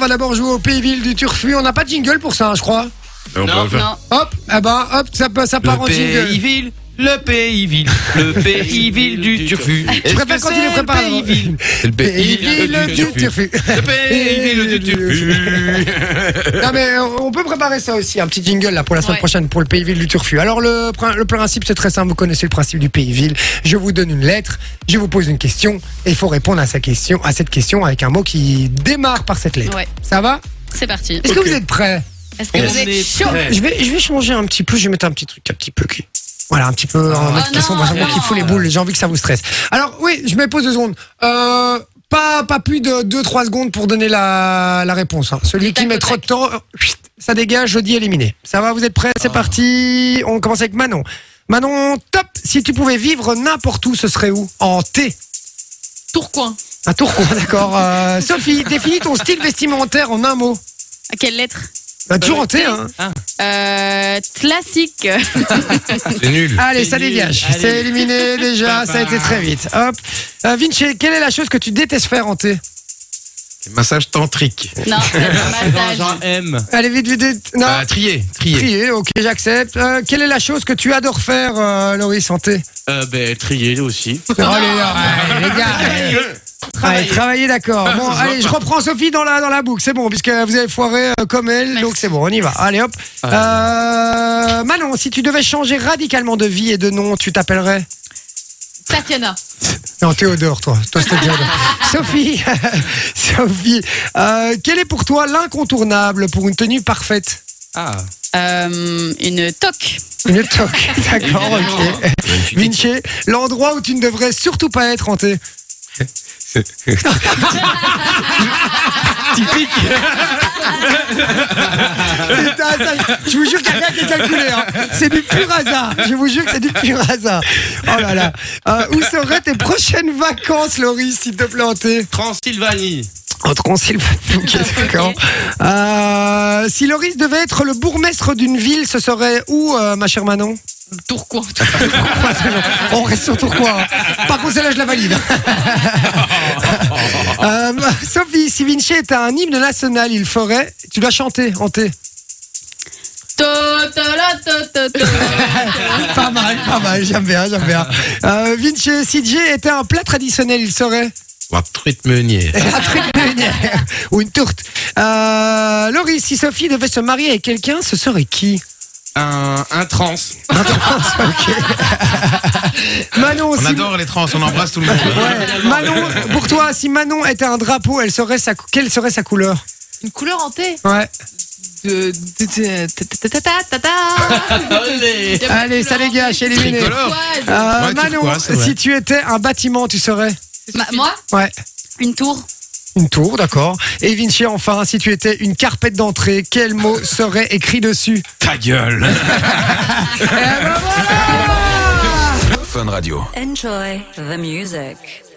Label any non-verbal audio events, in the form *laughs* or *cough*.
va d'abord jouer au Pays-Ville du Turfu. On n'a pas de jingle pour ça, hein, je crois. Et on peut Non, le faire. non. Hop, eh ben, hop, ça, ça part en Le jingle. pays-ville, le pays-ville, le *laughs* pays-ville du Turfu. Je préfère quand il hein les prépare Le avant. pays-ville, C'est le Pays-Ville du Turfu. le pays-ville du Turfu. Non mais euh, on peut préparer ça aussi, un petit jingle là pour la semaine Ouais. prochaine pour le Pays-Ville du Turfu. Alors le, prin- le principe c'est très simple, vous connaissez le principe du Pays-Ville. Je vous donne une lettre, je vous pose une question et il faut répondre à sa question, à cette question avec un mot qui démarre par cette lettre. Ouais. Ça va C'est parti. Est-ce Ok. que vous êtes prêts Est-ce que On vous est êtes chaud prêt. Je vais je vais changer un petit peu, je vais mettre un petit truc un petit peu qui voilà, un petit peu en mode non, question, moi, vraiment Oh non. qui fout les boules, j'ai envie que ça vous stresse. Alors oui, je me pose deux secondes. Euh, pas, pas plus de 2-3 secondes pour donner la, la réponse. hein. Celui Tac qui au met tac. trop de temps, euh, chut, ça dégage, je dis éliminé. Ça va, vous êtes prêts C'est parti. On commence avec Manon. Manon, top Si tu pouvais vivre n'importe où, ce serait où En T. Tourcoing. Un tour *laughs* d'accord. Euh, Sophie, définis ton style vestimentaire en un mot. À quelle lettre Bah, toujours Euh, en T, T. hein. Euh, *laughs* Classique. C'est nul. Allez, C'est ça nul. dégage. Allez. C'est éliminé déjà, ça a été très vite. Hop. Euh, Vinci, quelle est la chose que tu détestes faire en thé Massage tantrique. Non, massage. Jean M. Allez, vite, vite, vite. Non, Ah, trier, trier. trier, ok, j'accepte. Euh, quelle est la chose que tu adores faire, euh, Loris, en thé Euh, ben, trier aussi. Allez, allez, les gars. allez. Allez, travailler, d'accord. Bon, allez, je reprends Sophie dans la, dans la boucle, c'est bon, puisque vous avez foiré euh, comme elle, Merci. donc c'est bon, on y va. Allez, hop. Euh, Manon, si tu devais changer radicalement de vie et de nom, tu t'appellerais Tatiana. Non, Théodore, toi. Toi, c'était Théodore. Sophie, *laughs* Sophie, euh, quel est pour toi l'incontournable pour une tenue parfaite Ah. Euh, une toque. Une toque, d'accord, ok. Vinci, l'endroit où tu ne devrais surtout pas être hanté. Typique. Putain, ça, je vous jure qu'il n'y a rien qui est calculé. hein. C'est du pur hasard. Je vous jure que c'est du pur hasard. Oh là là. Euh, où seraient tes prochaines vacances, Laurie, s'il te plaît, hanté Transylvanie. Entre en *laughs* Ok, d'accord. Euh, si Loris devait être le bourgmestre d'une ville, ce serait où, euh, ma chère Manon *laughs* Tourcoing. On reste sur Tourcoing. hein. Par contre, celle-là, je la valide. *laughs* Euh, Sophie, si Vinci était un hymne national, il ferait. Tu dois chanter en T. To, to, la, to, to, to. pas mal, pas mal. J'aime bien, j'aime bien. Euh, Vinci, si Jay était un plat traditionnel, il serait. Ou un truite meunier. Un truc de lumière. Ou une tourte. Euh, Laurie, si Sophie devait se marier avec quelqu'un, ce serait qui Un, un trans. Manon, On si- adore les trans, on embrasse tout le monde. Ouais. Manon, pour toi, si Manon était un drapeau, elle serait sa, quelle serait sa couleur *laughs* Une couleur hantée. Ouais. De- de- de- ta- ta- ta- ta- ta- ta. Allez. *laughs* Il y a Allez, beaucoup ça de les gars, couleurs chez les hantées. minés. Tricolore. Turquoise. Euh, Ouais, Manon, turquoise, c'est vrai. si tu étais un bâtiment, tu serais Ma- Moi, Ouais. une tour. Une tour, d'accord. Et Vinci, enfin, si tu étais une carpette d'entrée, quel mot serait écrit dessus Ta gueule. Enjoy the music.